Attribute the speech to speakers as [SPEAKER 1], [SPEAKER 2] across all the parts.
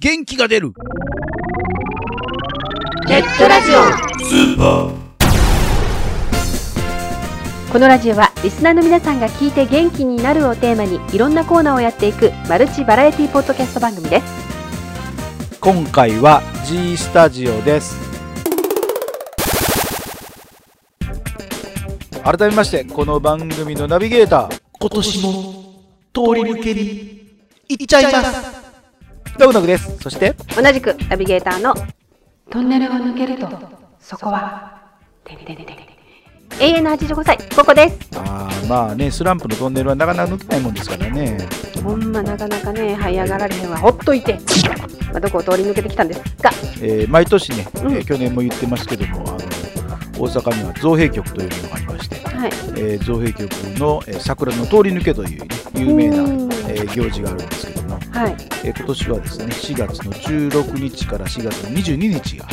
[SPEAKER 1] 元気が出る
[SPEAKER 2] ネットラジオこのラジオはリスナーの皆さんが聞いて元気になるをテーマにいろんなコーナーをやっていくマルチバラエティポッドキャスト番組です
[SPEAKER 3] 今回は G スタジオです改めましてこの番組のナビゲーター
[SPEAKER 1] 今年も通り抜けに行っちゃいます
[SPEAKER 3] ダウナグですそして
[SPEAKER 2] 同じくナビゲーターのトンネルを抜けるとそこはてんてんてんてん永遠の85歳ここです
[SPEAKER 3] あーまあねスランプのトンネルはなかなか抜けないもんですからね
[SPEAKER 2] ほんまなかなかね這い上がられへんわほっといて、まあ、どこを通り抜けてきたんですが
[SPEAKER 3] えー毎年ね、えー
[SPEAKER 2] うん
[SPEAKER 3] 去年も言ってますけどもあの大阪には造幣局というものがありまして、
[SPEAKER 2] はい
[SPEAKER 3] えー造幣局の、えー桜の通り抜けというね、有名な
[SPEAKER 2] うん、
[SPEAKER 3] えー行事があるんですけども、
[SPEAKER 2] はい
[SPEAKER 3] えー今年はですね4月の16日から4月の22日が、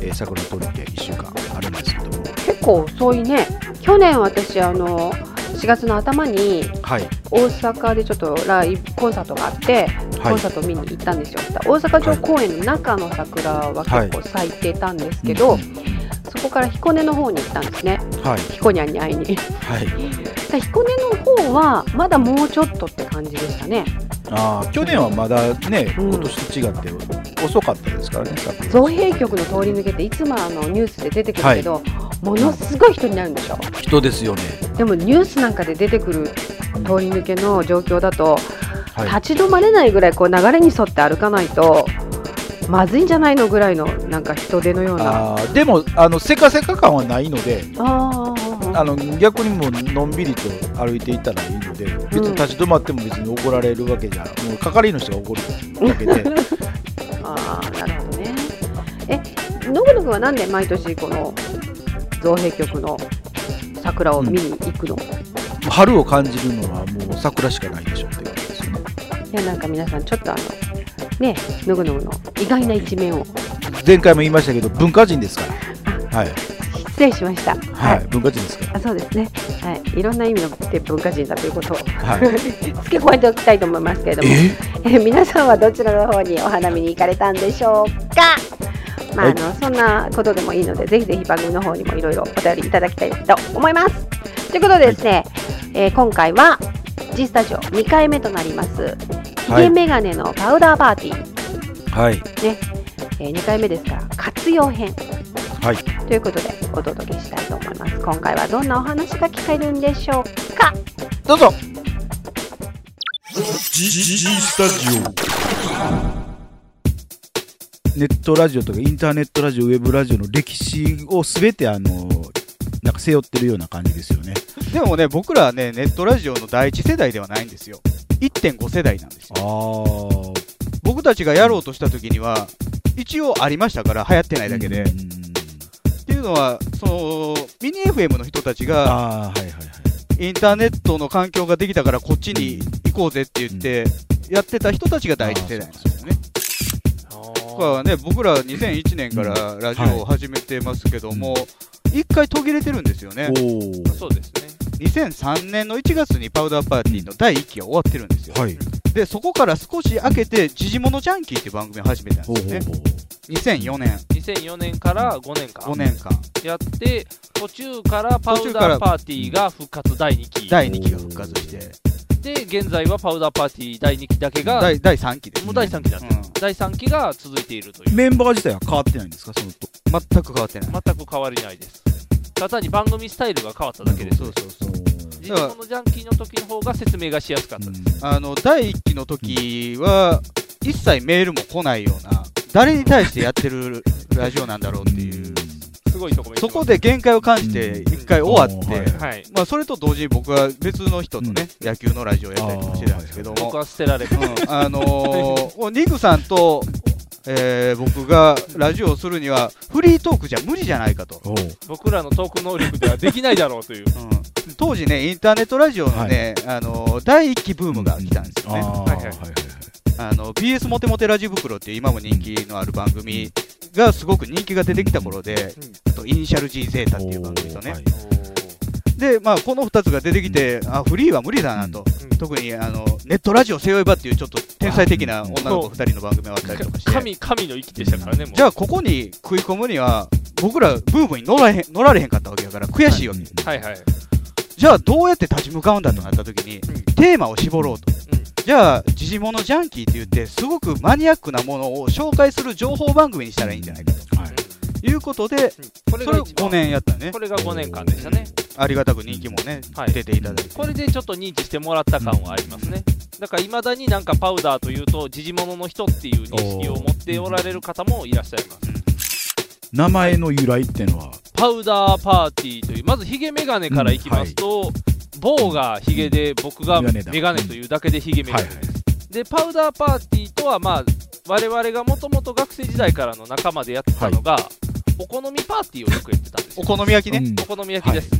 [SPEAKER 3] えー桜の通り抜け1週間あるんですけども
[SPEAKER 2] 結構遅いね去年私あの4月の頭に
[SPEAKER 3] はい
[SPEAKER 2] 大阪でちょっとライブコンサートがあって、
[SPEAKER 3] は
[SPEAKER 2] コ
[SPEAKER 3] い
[SPEAKER 2] ンサート見に行ったんですよ大阪城公園の中の桜は結構咲いてたんですけど、
[SPEAKER 3] うん
[SPEAKER 2] そこから彦根の方に行ったんですね
[SPEAKER 3] はい
[SPEAKER 2] 彦根に会い にで
[SPEAKER 3] はい
[SPEAKER 2] 彦根の方はまだもうちょっとって感じでしたね
[SPEAKER 3] あー去年はまだね
[SPEAKER 2] うん
[SPEAKER 3] 今年と違って遅かったですからね桜
[SPEAKER 2] 造幣局の通り抜けていつもあのニュースで出てくるけど、ものすごい人になるんでしょ
[SPEAKER 3] 人ですよね
[SPEAKER 2] でもニュースなんかで出てくる通り抜けの状況だと
[SPEAKER 3] はい
[SPEAKER 2] 立ち止まれないぐらいこう流れに沿って歩かないとまずいんじゃないのぐらいのなんか人手のような。
[SPEAKER 3] あーでもあのせかせか感はないので
[SPEAKER 2] あー
[SPEAKER 3] あの逆にもうのんびりと歩いていったらいいので別に立ち止まっても別に怒られるわけじゃもう係の人が怒るだけで
[SPEAKER 2] あーなるほどね。えのぶのぶはなんで毎年この造幣局の桜を見に行くの、い
[SPEAKER 3] 春を感じるのはもう桜しかないでしょうっていうことですよね
[SPEAKER 2] やなんか皆さんちょっとあのねのぐのぐの意外な一面を
[SPEAKER 3] 前回も言いましたけど文化人ですからはい、
[SPEAKER 2] 失礼しました。
[SPEAKER 3] はい、文化人ですか
[SPEAKER 2] あそうですね、はい、いろんな意味の文化人だということを、
[SPEAKER 3] はい
[SPEAKER 2] 付け加えておきたいと思いますけれども、え皆さんはどちらの方にお花見に行かれたんでしょうか、まあ
[SPEAKER 3] はい
[SPEAKER 2] あのそんなことでもいいのでぜひぜひ番組の方にもいろいろお便りいただきたいと思いますということでですね、えー今回は G スタジオ2回目となりますひ
[SPEAKER 3] はい
[SPEAKER 2] げメガネのパウダーパーティー、
[SPEAKER 3] らはい
[SPEAKER 2] ねえ2回目ですから活用編
[SPEAKER 3] はい
[SPEAKER 2] ということでお届けしたいと思います今回はどんなお話が聞けるんでしょうか
[SPEAKER 3] どうぞ
[SPEAKER 4] G, G, G Stadio.
[SPEAKER 3] ネットラジオとかインターネットラジオウェブラジオの歴史を全てあのなんか背負ってるような感じですよね
[SPEAKER 5] でもね、僕らはね、ネットラジオの第一世代ではないんですよ。1.5世代なんですよ。
[SPEAKER 3] あー
[SPEAKER 5] 僕たちがやろうとした時には、一応ありましたから、流行ってないだけで。
[SPEAKER 3] うん
[SPEAKER 5] っていうのは、その、ミニ FM の人たちが、
[SPEAKER 3] あーはいはいはい
[SPEAKER 5] インターネットの環境ができたから、こっちに行こうぜって言って、やってた人たちが第一世代なんですよね。だからね、僕ら2001年からラジオを始めてますけども、一回途切れてるんですよ
[SPEAKER 3] お
[SPEAKER 5] ね。
[SPEAKER 3] お
[SPEAKER 6] そうですね。
[SPEAKER 5] 2003年の1月にパウダーパーティーの第1期が終わってるんですよ。
[SPEAKER 3] はい
[SPEAKER 5] でそこから少し開けて「時事物ジャンキー」っていう番組を始めたんです
[SPEAKER 3] ほう
[SPEAKER 5] よ
[SPEAKER 3] ほう
[SPEAKER 5] ね
[SPEAKER 3] ほう
[SPEAKER 5] 2004年
[SPEAKER 6] 2004年から5年
[SPEAKER 5] 5
[SPEAKER 6] 間
[SPEAKER 5] 年間
[SPEAKER 6] やって、途中からパウダーパーティーが復活第2期。
[SPEAKER 5] 第2期が復活して
[SPEAKER 6] で、現在はパウダーパーティー第2期だけが、
[SPEAKER 5] 第第3期です、
[SPEAKER 6] もう第3期だ、
[SPEAKER 5] うん、
[SPEAKER 6] 第3期が続いているという。
[SPEAKER 3] メンバー自体は変わってないんですかそのと
[SPEAKER 5] 全く変わってない
[SPEAKER 6] 全く変わりないです。ただに番組スタイルが変わっただけです。
[SPEAKER 5] そうそうそう
[SPEAKER 6] 実はこのジャンキーの時の方が説明がしやすかったです。
[SPEAKER 5] あの第1期の時は一切メールも来ないような誰に対してやってるラジオなんだろうっていう
[SPEAKER 6] すごいとこまで行
[SPEAKER 5] そ
[SPEAKER 6] ってま
[SPEAKER 5] こ
[SPEAKER 6] す
[SPEAKER 5] で限界を感じて
[SPEAKER 3] うん
[SPEAKER 5] 一回終わっ
[SPEAKER 3] うん
[SPEAKER 5] て、
[SPEAKER 6] はい。
[SPEAKER 5] まあ、それと同時に僕は別の人とね、野球のラジオやったりもしてたんですけども
[SPEAKER 6] 僕は捨てられた。
[SPEAKER 5] うんあのーもうニグさんと、えー僕がラジオをするにはフリートークじゃ無理じゃないかと、
[SPEAKER 3] お
[SPEAKER 6] 僕らのトーク能力ではできないだろうと いう。
[SPEAKER 5] うん当時ねインターネットラジオのね、あのー第一期ブームが来たんですよね、
[SPEAKER 3] あー
[SPEAKER 6] はいはい
[SPEAKER 3] はいはい
[SPEAKER 5] あの BS モテモテラジ袋っていう今も人気のある番組がすごく人気が出てきた頃で、あとイニシャル G ゼータっていう番組とね、
[SPEAKER 3] はい
[SPEAKER 5] で、まあ、この2つが出てきて、あフリーは無理だなと、
[SPEAKER 6] うん
[SPEAKER 5] 特にあのネットラジオ背負い場っていうちょっと天才的な女の子2人の番組があったりと かして、
[SPEAKER 6] 神、神の域でしたからね、もう。
[SPEAKER 5] じゃあここに食い込むには僕らブームに乗らへん乗られへんかったわけやから悔しいわけ、
[SPEAKER 6] はいはい。
[SPEAKER 5] じゃあどうやって立ち向かうんだとなった時に、
[SPEAKER 6] ん
[SPEAKER 5] テーマを絞ろうとじゃあ時事物ジャンキーって言ってすごくマニアックなものを紹介する情報番組にしたらいいんじゃないかと
[SPEAKER 3] はい
[SPEAKER 5] いうことで
[SPEAKER 6] こ
[SPEAKER 5] そ
[SPEAKER 6] れ
[SPEAKER 5] れ
[SPEAKER 6] が
[SPEAKER 5] を
[SPEAKER 6] 一番
[SPEAKER 5] 5年やったね
[SPEAKER 6] これが5年間でしたね。
[SPEAKER 5] ありがたく人気もね、
[SPEAKER 6] はい
[SPEAKER 5] 出ていただいて
[SPEAKER 6] これでちょっと認知してもらった感はありますね。だから、いまだになんかパウダーというと、時事物の人っていう認識を持っておられる方もいらっしゃいます。
[SPEAKER 3] 名前の由来っていうのは
[SPEAKER 6] パウダーパーティーという、まずヒゲメガネからいきますと、ボーがヒゲで、僕が
[SPEAKER 3] メガネだ
[SPEAKER 6] メガネというだけでヒゲメガ
[SPEAKER 3] は
[SPEAKER 6] ネ
[SPEAKER 3] いはい
[SPEAKER 6] でパウダーパーティーとはまあ我々がもともと学生時代からの仲間でやってたのが、お好みパーティーをよくやってたんです
[SPEAKER 5] お
[SPEAKER 6] よ
[SPEAKER 5] 好み焼きね、
[SPEAKER 3] うん
[SPEAKER 6] お好み焼きです、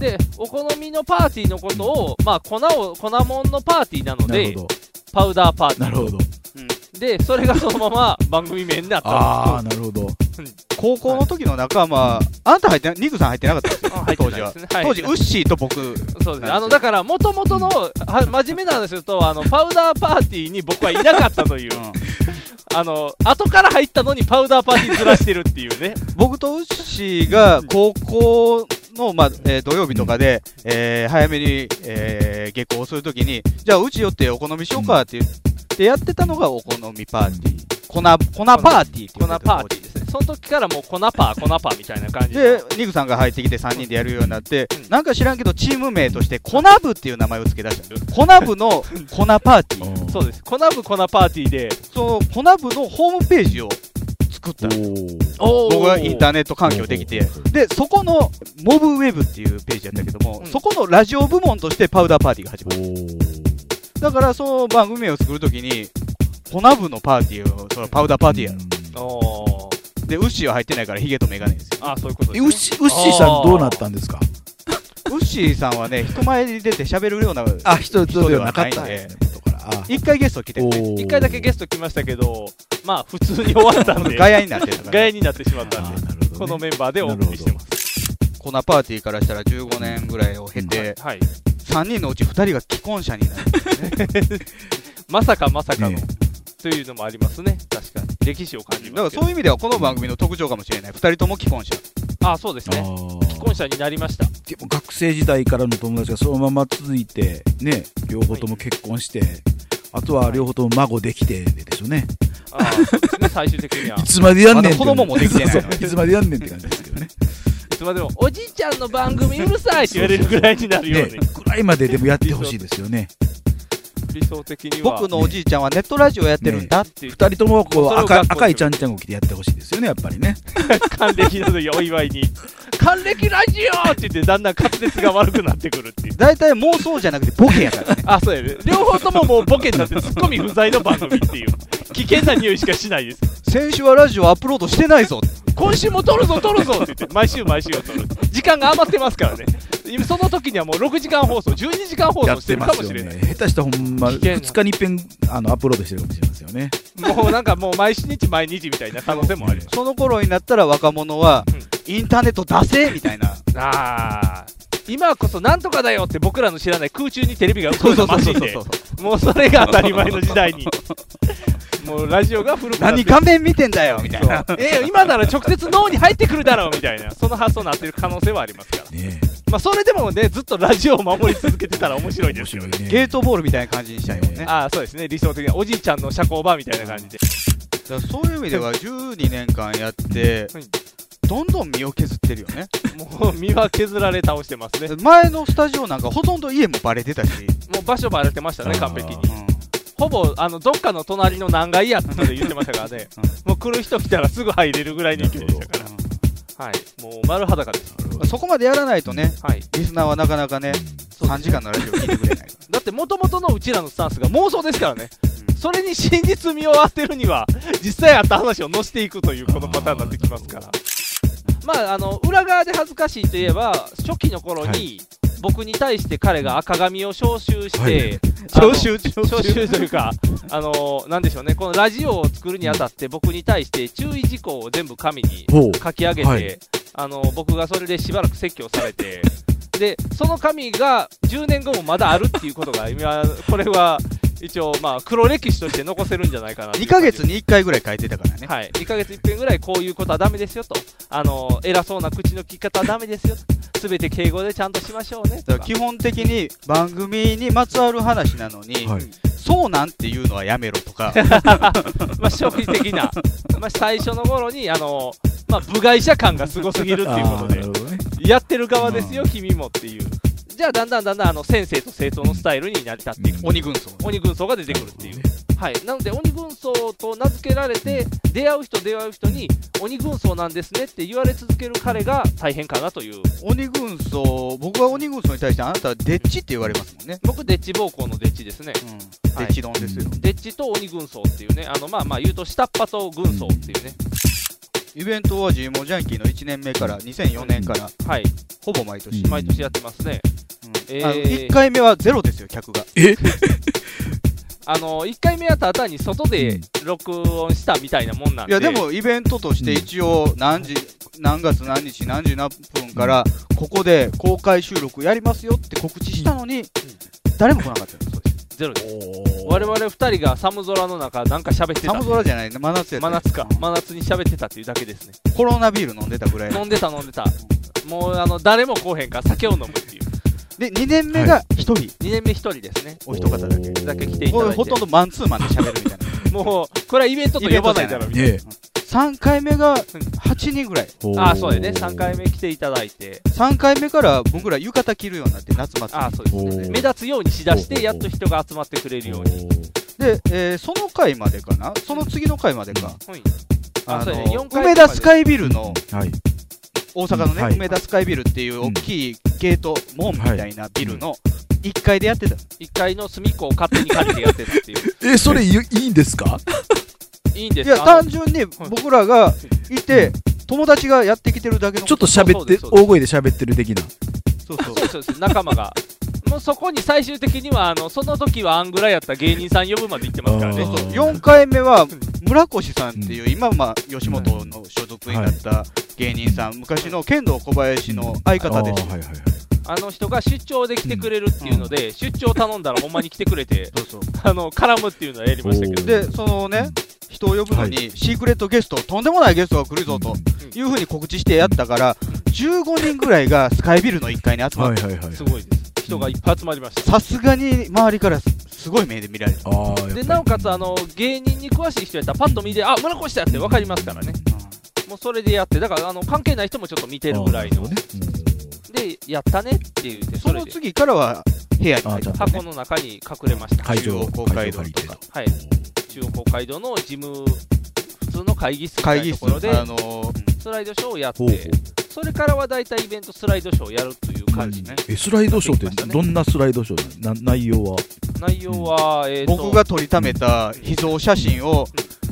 [SPEAKER 6] でお好みのパーティーのことを、まあ粉を粉もんのパーティーなの
[SPEAKER 3] なる
[SPEAKER 6] で
[SPEAKER 3] ほど
[SPEAKER 6] パウダーパーティ
[SPEAKER 3] なるほど
[SPEAKER 6] ーでそれがそのまま 番組名になった
[SPEAKER 3] ああなるほど
[SPEAKER 5] 高校の時の仲間、あんた入ってなニグさん入ってなかったですよ
[SPEAKER 6] あ入って
[SPEAKER 5] 当
[SPEAKER 6] ない
[SPEAKER 5] 時
[SPEAKER 6] で
[SPEAKER 5] は
[SPEAKER 6] すねはい
[SPEAKER 5] 当時ウッシーと僕
[SPEAKER 6] そうですねあのだからもともとのあ真面目な話するとあのパウダーパーティーに僕はいなかったという、 あの後から入ったのにパウダーパーティーずらしてるっていうね
[SPEAKER 5] 僕とウッシーが高校の、まあえー土曜日とかで、えー早めに、えー下校するときに、じゃあうち寄ってお好みしようかって言ってやってたのがお好みパーティー。粉、粉パーティーって
[SPEAKER 6] 粉
[SPEAKER 5] 言
[SPEAKER 6] パ
[SPEAKER 5] わ
[SPEAKER 6] ー
[SPEAKER 5] れてた
[SPEAKER 6] ティーですねその時からもう粉パー粉パーみたいな感じ
[SPEAKER 5] で、ニグさんが入ってきて3人でやるようになって
[SPEAKER 6] うん、
[SPEAKER 5] なんか知らんけどチーム名として粉部っていう名前を付け出したんです粉部の粉パーティー。
[SPEAKER 6] そうです粉部粉パーティーで
[SPEAKER 5] その粉部のホームページを作った。
[SPEAKER 6] お
[SPEAKER 5] 僕がインター
[SPEAKER 6] ネ
[SPEAKER 5] ネット環境できて
[SPEAKER 3] おー、
[SPEAKER 5] で、そこのモブウェブっていうページやったけども、
[SPEAKER 6] うん
[SPEAKER 5] そこのラジオ部門としてパウダーパーティーが始ま
[SPEAKER 3] おお
[SPEAKER 5] る。だから、その番組名を作るときに、粉部のパーティーを、そのパウダーパーティーやろ。
[SPEAKER 6] ット
[SPEAKER 5] で、ウッシーは入ってないからヒゲとメガネですよ。
[SPEAKER 6] あそういうこと
[SPEAKER 3] え
[SPEAKER 6] です、
[SPEAKER 3] ウッ
[SPEAKER 6] ね、
[SPEAKER 3] シーウッシーさんどうなったんですか
[SPEAKER 5] ウッシーさんはね、人前に出て喋るような、
[SPEAKER 3] あ人ではなかっ
[SPEAKER 5] 人
[SPEAKER 3] たん
[SPEAKER 5] ではな
[SPEAKER 3] で
[SPEAKER 5] いん
[SPEAKER 3] す
[SPEAKER 5] で
[SPEAKER 3] ね元からあ
[SPEAKER 5] 一回ゲスト来てね、
[SPEAKER 6] 一回だけゲ
[SPEAKER 3] ス
[SPEAKER 6] スト来ましたけどまあ普通に終わったん で
[SPEAKER 5] ガヤになってたか
[SPEAKER 6] ガヤ
[SPEAKER 5] ら。
[SPEAKER 6] になってしまったんでこのメンバーでお送りしてます
[SPEAKER 5] 粉パーティーからしたら15年ぐらいを経て、
[SPEAKER 6] はい
[SPEAKER 5] 3人のうち2人が既婚者になる。
[SPEAKER 6] まさかまさかの、
[SPEAKER 3] ね
[SPEAKER 6] というのもありますね 確かに歴史を感じ
[SPEAKER 5] だか
[SPEAKER 6] ま
[SPEAKER 5] ら
[SPEAKER 6] すけ
[SPEAKER 5] そうい
[SPEAKER 6] ど
[SPEAKER 5] う意味ではこの番組の特徴かもしれない。2人とも既婚者。
[SPEAKER 6] あそうですね既婚
[SPEAKER 3] ね
[SPEAKER 6] 者になりました
[SPEAKER 3] でも学生時代からの友達がそのまま続いてね両方とも結婚してあとは両方とも孫できてでしょうね
[SPEAKER 6] あーそうです ね最終的にはい
[SPEAKER 3] つまでやんねんって
[SPEAKER 5] まだ子供もできてないの
[SPEAKER 3] そうそういつまでやんねんって感じですけどね
[SPEAKER 6] いつまでも「おじいちゃんの番組うるさい!」って言われるぐらいになるよう
[SPEAKER 3] ね
[SPEAKER 6] に、
[SPEAKER 3] くらいまででもやってほしいですよね。
[SPEAKER 6] 理想的には
[SPEAKER 5] 僕のおじいちゃんはネットラジオやってるんだっていう。
[SPEAKER 3] 二人ともこ
[SPEAKER 6] そうれを
[SPEAKER 3] 赤
[SPEAKER 6] 学校
[SPEAKER 3] 赤いちゃんちゃんを着てやってほしいですよね、やっぱりね。
[SPEAKER 6] 還暦なのにお祝いに「還暦ラジオ!」って言ってだんだん滑舌が悪くなってくるっていう
[SPEAKER 5] 大体妄想じゃなくてボケや からね。
[SPEAKER 6] あそうやね両方とももうボケになってツッコミ不在の番組っていう危険な匂いしかしないです
[SPEAKER 5] 先週はラジオアップロードしてないぞ。
[SPEAKER 6] 今週も撮るぞ撮るぞって言って毎週毎週を撮る時間が余ってますからね今その時にはもう6時間放送12時間放
[SPEAKER 3] や
[SPEAKER 6] 送
[SPEAKER 3] っ
[SPEAKER 6] して
[SPEAKER 3] て
[SPEAKER 6] る
[SPEAKER 3] ま
[SPEAKER 6] か
[SPEAKER 3] す
[SPEAKER 6] も
[SPEAKER 3] よ
[SPEAKER 6] しれない
[SPEAKER 3] ね。下手したらほんま
[SPEAKER 6] 危険な
[SPEAKER 3] 2日にいっぺんあのアップロードしてるかもしれませんよね。
[SPEAKER 6] もうなんかもう毎日毎日みたいな可能性もあります
[SPEAKER 5] その頃になったら若者は、インターネット出せみたい な。
[SPEAKER 6] ああ今こそなんとかだよって僕らの知らない空中にテレビが映るのマシンでもうそれが当たり前の時代にもうラジオが古くなって
[SPEAKER 5] 何画面見てんだよみたいな。
[SPEAKER 6] え今なら直接脳に入ってくるだろうみたいなその発想になってる可能性はありますから、
[SPEAKER 3] ね
[SPEAKER 6] まあ、それでもねずっとラジオを守り続けてたら面白いで
[SPEAKER 3] 面
[SPEAKER 6] すよ
[SPEAKER 3] 白い
[SPEAKER 6] ね
[SPEAKER 5] ゲ
[SPEAKER 3] ね。
[SPEAKER 5] ートボールみたいな感じにしたいよね。だか
[SPEAKER 6] ああそうですね理想的なおじいちゃんの社交場みたいな感じで
[SPEAKER 5] らそういう意味では12年間やって
[SPEAKER 6] はい、
[SPEAKER 5] どんどん身を削ってるよね。
[SPEAKER 6] もう身は削られ倒してますね
[SPEAKER 5] 前のスタジオなんかほとんど家もバレてたし。
[SPEAKER 6] もう場所ばられてましたね
[SPEAKER 3] あー
[SPEAKER 6] 完璧にほぼあのどっかの隣の何階やって言ってましたからね
[SPEAKER 5] うん
[SPEAKER 6] もう来る人来たらすぐ入れるぐらいの勢いでしたか
[SPEAKER 5] う
[SPEAKER 6] らはいもう丸裸です
[SPEAKER 5] んそこまでやらないとね、
[SPEAKER 6] はい
[SPEAKER 5] リスナーはなかなかね、3時間のラジオ聞いてくれないから。
[SPEAKER 6] だってもともとのうちらのスタンスが妄想ですからね
[SPEAKER 5] うん
[SPEAKER 6] それに真実味を当てるには実際あった話を載せていくというこのパターンになってきますからまああの裏側で恥ずかしいといえば初期の頃に、
[SPEAKER 3] は
[SPEAKER 6] 僕に対して彼が赤髪を招集して、
[SPEAKER 3] はい
[SPEAKER 6] あの
[SPEAKER 5] 招集中。
[SPEAKER 6] 招集というか、あのなんでしょうね、このラジオを作るにあたって、僕に対して注意事項を全部紙に
[SPEAKER 3] ほう。
[SPEAKER 6] 書き上げて、
[SPEAKER 3] はい
[SPEAKER 6] あの僕がそれでしばらく説教されて、でその紙が10年後もまだあるっていうことが今これは一応まあ黒歴史として残せるんじゃないかな
[SPEAKER 5] 2ヶ月
[SPEAKER 6] に
[SPEAKER 5] に1回ぐらい書いてたからね。
[SPEAKER 6] はい、2ヶ月1遍ぐらいこういうことはダメですよとあの偉そうな口の利き方はダメですよと全て敬語でちゃんとしましょうね
[SPEAKER 5] だ
[SPEAKER 6] と
[SPEAKER 5] から基本的に番組にまつわる話なのに、
[SPEAKER 3] はい
[SPEAKER 5] そうなんていうのはやめろと か、
[SPEAKER 6] まあ、初期 的な、まあ、最初の頃に、あの、まあ、部外者感がすごすぎるっていうこと
[SPEAKER 3] あーなる
[SPEAKER 6] で
[SPEAKER 3] ほ、どね
[SPEAKER 6] やってる側ですよ、君もっていう。じゃあ、だんだんだんだん、あの、先生と生徒のスタイルに成り立っていく。
[SPEAKER 5] 鬼軍曹。
[SPEAKER 6] 鬼軍曹が出てくるっていう。はい。なので、鬼軍曹と名付けられて、出会う人、出会う人に、鬼軍曹なんですねって言われ続ける彼が大変かなという。
[SPEAKER 5] 鬼軍曹、僕は鬼軍曹に対してあなたはデッチって言われますもんね。
[SPEAKER 6] 僕、デッチ暴行のデッチですね。
[SPEAKER 5] うん、デ
[SPEAKER 6] はい
[SPEAKER 5] ッチ丼ですよ。
[SPEAKER 6] デッチと鬼軍曹っていうね、あの、まあまあ言うと、下っ端と軍曹っていうね。
[SPEAKER 5] イベントはジーモジャンキーの1年目から2004年から、
[SPEAKER 6] はい。
[SPEAKER 5] ほぼ毎年。
[SPEAKER 3] うん
[SPEAKER 6] 毎年やってますね。えー
[SPEAKER 5] 1回目はゼロですよ、客が。
[SPEAKER 6] あの1回目やった後に外で録音したみたいなもんなん
[SPEAKER 5] い
[SPEAKER 6] で、
[SPEAKER 5] や、でもイベントとして一応、何時、何月何日、何時何分から、ここで公開収録やりますよって告知したのに、誰も来なかったよ。そうです
[SPEAKER 6] ゼロです。
[SPEAKER 3] おー
[SPEAKER 6] 我々2人が寒空の中、なんか喋ってた
[SPEAKER 5] 寒空じゃないね、真夏やった
[SPEAKER 6] 真夏か、真夏に喋ってたっていうだけですね。
[SPEAKER 5] コロナビール飲んでたぐらいの
[SPEAKER 6] 飲んでた、飲んでた、もうあの誰も来おへんから酒を飲むってい
[SPEAKER 5] で、
[SPEAKER 6] う、
[SPEAKER 5] 2年目が1人、
[SPEAKER 6] 2年目1人ですね、
[SPEAKER 5] お一方だけ。
[SPEAKER 6] だけ来ていた
[SPEAKER 5] これ
[SPEAKER 6] だい
[SPEAKER 5] ほとん
[SPEAKER 6] て、
[SPEAKER 5] どマンツーマンで喋るみたいな。
[SPEAKER 6] もうこれはイベントと呼ばないだろうみたい
[SPEAKER 3] ね
[SPEAKER 5] 3回目が8人ぐらい。
[SPEAKER 3] え
[SPEAKER 6] な、あそうやね、3回目来ていただいて、
[SPEAKER 5] 3回目から僕ら浴衣着るようになって、夏祭り。
[SPEAKER 6] あそうです
[SPEAKER 3] お
[SPEAKER 6] ね、
[SPEAKER 3] ー
[SPEAKER 6] 目立つようにしだして、やっと人が集まってくれるように。
[SPEAKER 5] で、えーその回までかなその次の回までか。
[SPEAKER 6] はいあ
[SPEAKER 5] あ
[SPEAKER 6] そ
[SPEAKER 5] の
[SPEAKER 6] うやね四回目
[SPEAKER 5] 梅
[SPEAKER 6] まで
[SPEAKER 5] 田スカイビルの
[SPEAKER 3] はい
[SPEAKER 5] 大阪のね、
[SPEAKER 3] うんはい
[SPEAKER 5] 梅田スカイビルっていう大きいゲート門みたいなビルの1階でやってた、
[SPEAKER 6] 1階の隅っこを勝手に借りてやってたっていう。
[SPEAKER 7] えそれいいいんですか
[SPEAKER 6] いいんで
[SPEAKER 5] い、
[SPEAKER 6] す
[SPEAKER 5] や
[SPEAKER 6] かあの
[SPEAKER 5] 単純に僕らがいて友達がやってきてるだけの
[SPEAKER 7] ちょっと喋って
[SPEAKER 6] そうですそうです
[SPEAKER 7] 大声で喋ってる的な
[SPEAKER 5] そうそう
[SPEAKER 6] そうです仲間が。もうそこに最終的にはあのその時はあんぐらいやった芸人さん呼ぶまで行ってますから
[SPEAKER 7] あ
[SPEAKER 6] ね。
[SPEAKER 7] ー
[SPEAKER 5] 4回目は村越さんっていう、今まあ吉本の所属になった芸人さん、昔の剣道小林の相方です、
[SPEAKER 7] あーはいはいはい
[SPEAKER 6] あの人が出張で来てくれるっていうので、出張頼んだらほんまに来てくれて
[SPEAKER 5] そうそう
[SPEAKER 6] あの絡むっていうのはやりましたけど。
[SPEAKER 5] でそのね人を呼ぶのに、シークレットゲストとんでもないゲストが来るぞというふうに告知してやったから、15人ぐらいがスカイビルの1階に集ま
[SPEAKER 7] は
[SPEAKER 5] っ
[SPEAKER 7] い
[SPEAKER 5] て、
[SPEAKER 7] はいはい
[SPEAKER 6] すごいです。人がいっぱい集まりました。
[SPEAKER 5] さすがに周りからすすごい目で見られた、
[SPEAKER 7] あーやっぱり
[SPEAKER 6] でなおかつあの芸人に詳しい人やったらパッと見て、あ村越だって分かりますからね。もうそれでやってだからあの関係ない人もちょっと見てるぐらいの。
[SPEAKER 7] あーなるほどね
[SPEAKER 6] でやったねって言って
[SPEAKER 5] そ
[SPEAKER 6] それ
[SPEAKER 5] の
[SPEAKER 6] で
[SPEAKER 5] 次からは部屋に入っ
[SPEAKER 7] あちゃんと
[SPEAKER 6] 箱の中に隠れました。
[SPEAKER 7] 会場
[SPEAKER 5] 中央公会
[SPEAKER 7] 会場
[SPEAKER 5] 堂
[SPEAKER 7] 借りて
[SPEAKER 6] はい、中央公会堂の事務、普通の会議室みた
[SPEAKER 5] 会
[SPEAKER 6] い
[SPEAKER 5] 議
[SPEAKER 6] なと
[SPEAKER 5] 室
[SPEAKER 6] ころで、
[SPEAKER 5] あのー
[SPEAKER 6] スライドショーをやっ
[SPEAKER 7] ほうほう
[SPEAKER 6] て、それからは大体イベント、スライドショーをやるという感じ、
[SPEAKER 5] ね
[SPEAKER 7] えスライドショーってどんなスライドショーなのな内容は
[SPEAKER 6] 内容は、えーと
[SPEAKER 5] 僕が撮りためた秘蔵写真を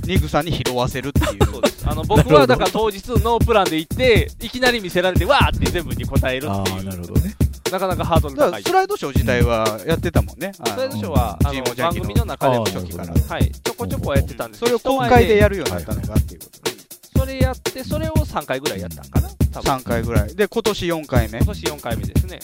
[SPEAKER 5] ニグさんに拾わせるっていう
[SPEAKER 6] そうですあの僕はだから当日、ノープランで行って、いきなり見せられて、わーって全部に答える
[SPEAKER 7] あ
[SPEAKER 6] ってい
[SPEAKER 7] あ
[SPEAKER 6] う、
[SPEAKER 7] な
[SPEAKER 6] な
[SPEAKER 7] るほどね
[SPEAKER 6] かなかハードル
[SPEAKER 5] だか
[SPEAKER 6] 高
[SPEAKER 5] ら
[SPEAKER 6] い。
[SPEAKER 5] スライドショー自体はやってたもんね、あの
[SPEAKER 6] スライドショーはあ
[SPEAKER 5] ジ
[SPEAKER 6] の
[SPEAKER 5] モジャン
[SPEAKER 6] 番
[SPEAKER 5] キー
[SPEAKER 6] 組の中でも、
[SPEAKER 5] 初期から
[SPEAKER 7] あーなるほど
[SPEAKER 6] はい、ちょこちょこはやってたんです
[SPEAKER 5] そ
[SPEAKER 6] け
[SPEAKER 5] れ
[SPEAKER 6] ど、
[SPEAKER 5] を公開で
[SPEAKER 6] や
[SPEAKER 5] やるようになったのがっていうこと、
[SPEAKER 6] それやって、それを3回ぐらいやったんかな、多分
[SPEAKER 5] 3回ぐらいで今年4回目
[SPEAKER 6] 今年4回目ですね。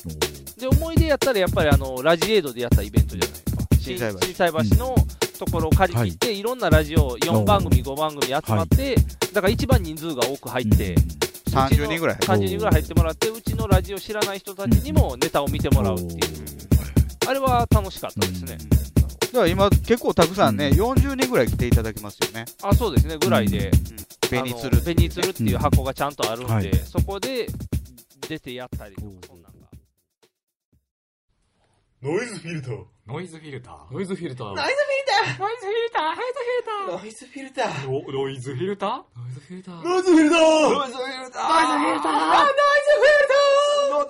[SPEAKER 6] で、思い出やったら、やっぱりあのラジエードでやったイベントじゃないですか。
[SPEAKER 5] 震災橋
[SPEAKER 6] 震災橋のところを借り切って、い、ろんなラジオ4番組、5番組集まって、だから一番人数が多く入って、
[SPEAKER 5] 30人ぐらい
[SPEAKER 6] 30人ぐらい入ってもらって、うちのラジオ知らない人たちにもネタを見てもらうっていう、あれは楽しかったです
[SPEAKER 5] だ
[SPEAKER 6] ね。
[SPEAKER 5] から今結構たくさんね、40人ぐらい来ていただきますよね
[SPEAKER 6] あそうですね、ぐらいで、
[SPEAKER 5] ベニツル
[SPEAKER 6] あのベニツルっていう箱がちゃんとあるんで、
[SPEAKER 7] はい
[SPEAKER 6] そこで出てやったりとか、そんなんが。
[SPEAKER 4] ノイズフィルター。
[SPEAKER 8] ノイズフィルター。ノイズフィルター。
[SPEAKER 9] ノイズフィルターノイズフィルターノイズフィルターノイズフィルター
[SPEAKER 8] ノイズフィルターノイズフィルター。
[SPEAKER 4] ノイズフィルター
[SPEAKER 8] ノイズフィルター。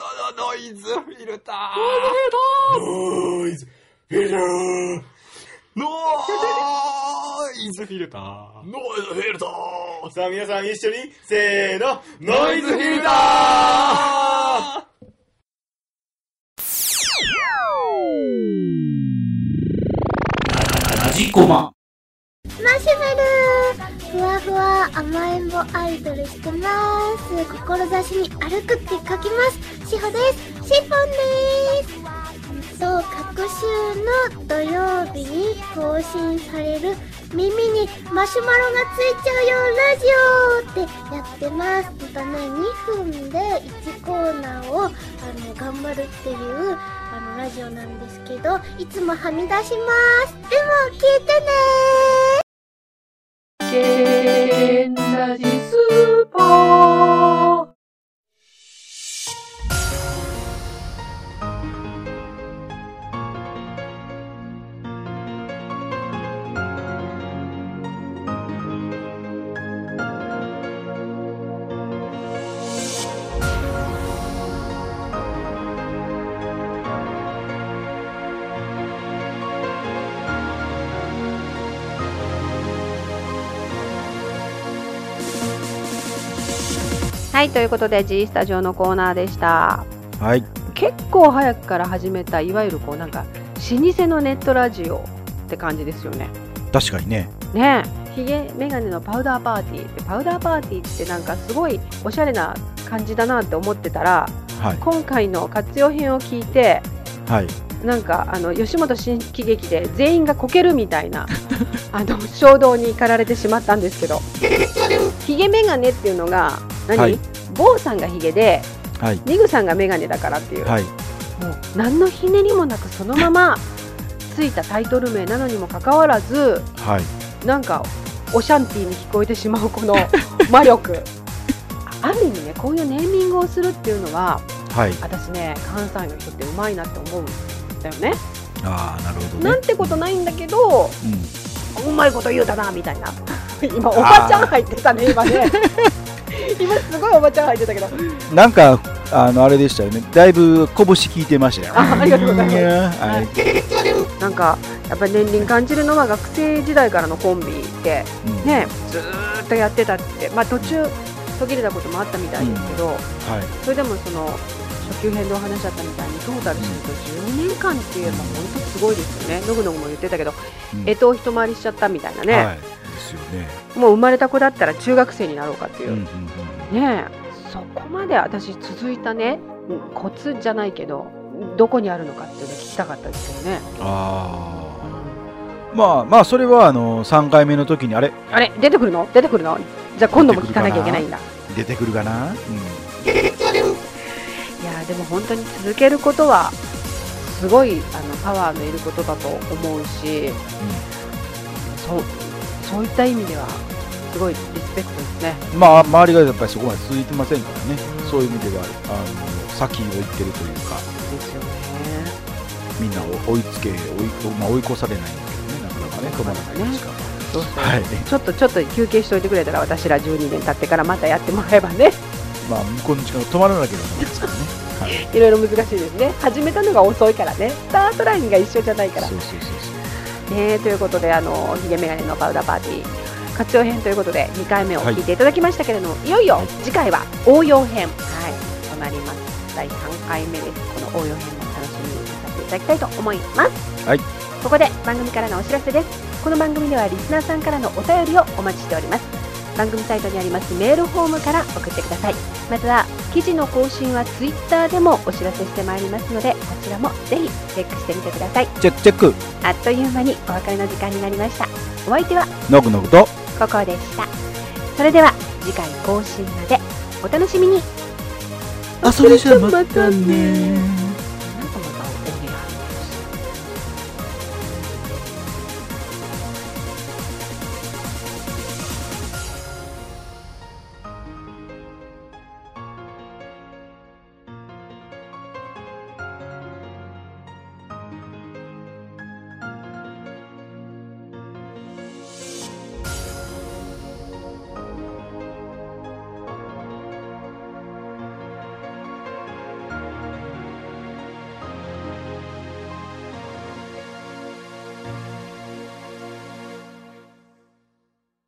[SPEAKER 9] ノイズフィルター
[SPEAKER 8] ノイズフィルター。
[SPEAKER 4] ノイズフィルター
[SPEAKER 8] ノイズフィルター。
[SPEAKER 4] ノイズフィルターさあ皆さん一緒に、せーの、ノイズフィルター
[SPEAKER 1] ラジコマ
[SPEAKER 10] マシュマロふわふわ甘えん坊アイドルしてます志に歩くって書きますしほですシフォンですと各週の土曜日に更新される耳にマシュマロがついちゃうよラジオってやってますまたね2分で1コーナーをあの頑張るっていうあのラジオなんですけどいつもはみ出しますでも聞いてね
[SPEAKER 11] けんラジスーパー。
[SPEAKER 2] はい、ということで G スタジオのコーナーでした。
[SPEAKER 3] はい。
[SPEAKER 2] 結構早くから始めた、いわゆるこうなんか、老舗のネットラジオって感じですよね。
[SPEAKER 3] 確かにね。
[SPEAKER 2] ねえ、ひげメガネのパウダーパーティーって、パウダーパーティーってなんかすごいおしゃれな感じだなって思ってたら、
[SPEAKER 3] はい。
[SPEAKER 2] 今回の活用編を聞いて、
[SPEAKER 3] はい。
[SPEAKER 2] なんかあの吉本新喜劇で全員がこけるみたい なあの衝動に駆られてしまったんですけどひげメガネっていうのが何、
[SPEAKER 3] はい
[SPEAKER 2] 坊さんがひげで
[SPEAKER 3] はい。
[SPEAKER 2] ニグさんがメガネだからっていう、
[SPEAKER 3] はい。
[SPEAKER 2] 何のひねりもなくそのままついたタイトル名なのにもかかわらず
[SPEAKER 3] はい。
[SPEAKER 2] なんかオシャンティーに聞こえてしまう この魔力あある意味ねこういうネーミングをするっていうのは
[SPEAKER 3] はい。
[SPEAKER 2] 私ね関西の人ってうまいなって思うんだよね。
[SPEAKER 3] ああ、なるほどね。
[SPEAKER 2] なんてことないんだけど、うまいこと言うたなみた いな今おばちゃん入ってたね今ね 今すごいおばちゃん入ってたけど
[SPEAKER 3] なんか、あの、あれでしたよね。だいぶ拳聞いてましたよ。
[SPEAKER 2] あありがとうございます
[SPEAKER 3] ます。はい。
[SPEAKER 2] なんかやっぱり年輪感じるのは学生時代からのコンビで、ねずーっとやってたってまあ途中途切れたこともあったみたいですけど、
[SPEAKER 3] はい。
[SPEAKER 2] それでもその初級編でお話しあったみたいにトータルすると10年間って言えば本当すごいですよねノグノグも言ってたけど、
[SPEAKER 3] うん
[SPEAKER 2] えとを一回りしちゃったみたいなね、
[SPEAKER 3] はい。ですよね。
[SPEAKER 2] もう生まれた子だったら中学生になろうかっていうう、
[SPEAKER 3] んうん
[SPEAKER 2] ねえそこまで私続いたねコツじゃないけどどこにあるのかっていうの聞きたかったですよね
[SPEAKER 3] ああ。まあまあ、それは、あの、3回目の時に、あれ
[SPEAKER 2] あれ出てくるの出てくるのじゃあ今度も聞かなきゃいけないんだ
[SPEAKER 3] 出てくるかなうん。
[SPEAKER 2] いやーでも本当に続けることはすごいあのパワーのいることだと思うし、そうそういった意味ではすごいリスペクトですね
[SPEAKER 3] まあ、周りがやっぱりそこまで続いてませんからね、そういう意味ではあの先を行ってるというか、
[SPEAKER 2] ですよね
[SPEAKER 3] みんなを追いつけ追い,、まあ、追い越されないんだけどねなかなかね止まらないですから、はい
[SPEAKER 2] ちょっとちょっと休憩しておいてくれたら私ら12年経ってからまたやってもらえばね
[SPEAKER 3] まあ、向こうの時間が止まらなければなんです けどね、はい、
[SPEAKER 2] いろいろ難しいですね始めたのが遅いからねスタートラインが一緒じゃないから
[SPEAKER 3] そうそうそうそう
[SPEAKER 2] ねえということであのひげメガネのパウダーパーティー活用編ということで2回目を聞いていただきましたけれども、い、よいよ次回は応用編、はい、となります第3回目ですこの応用編も楽しみにさせていただきたいと思います
[SPEAKER 3] はい
[SPEAKER 2] ここで番組からのお知らせですこの番組ではリスナーさんからのお便りをお待ちしております番組サイトにありますメールフォームから送ってくださいまた記事の更新はツイッターでもお知らせしてまいりますのでこちらもぜひチェックしてみてください
[SPEAKER 3] チェックチェック
[SPEAKER 2] あっという間にお別れの時間になりましたお相手は
[SPEAKER 3] ノグノグと
[SPEAKER 2] ここでしたそれでは次回更新までお楽しみに
[SPEAKER 1] あ、それじゃまたね。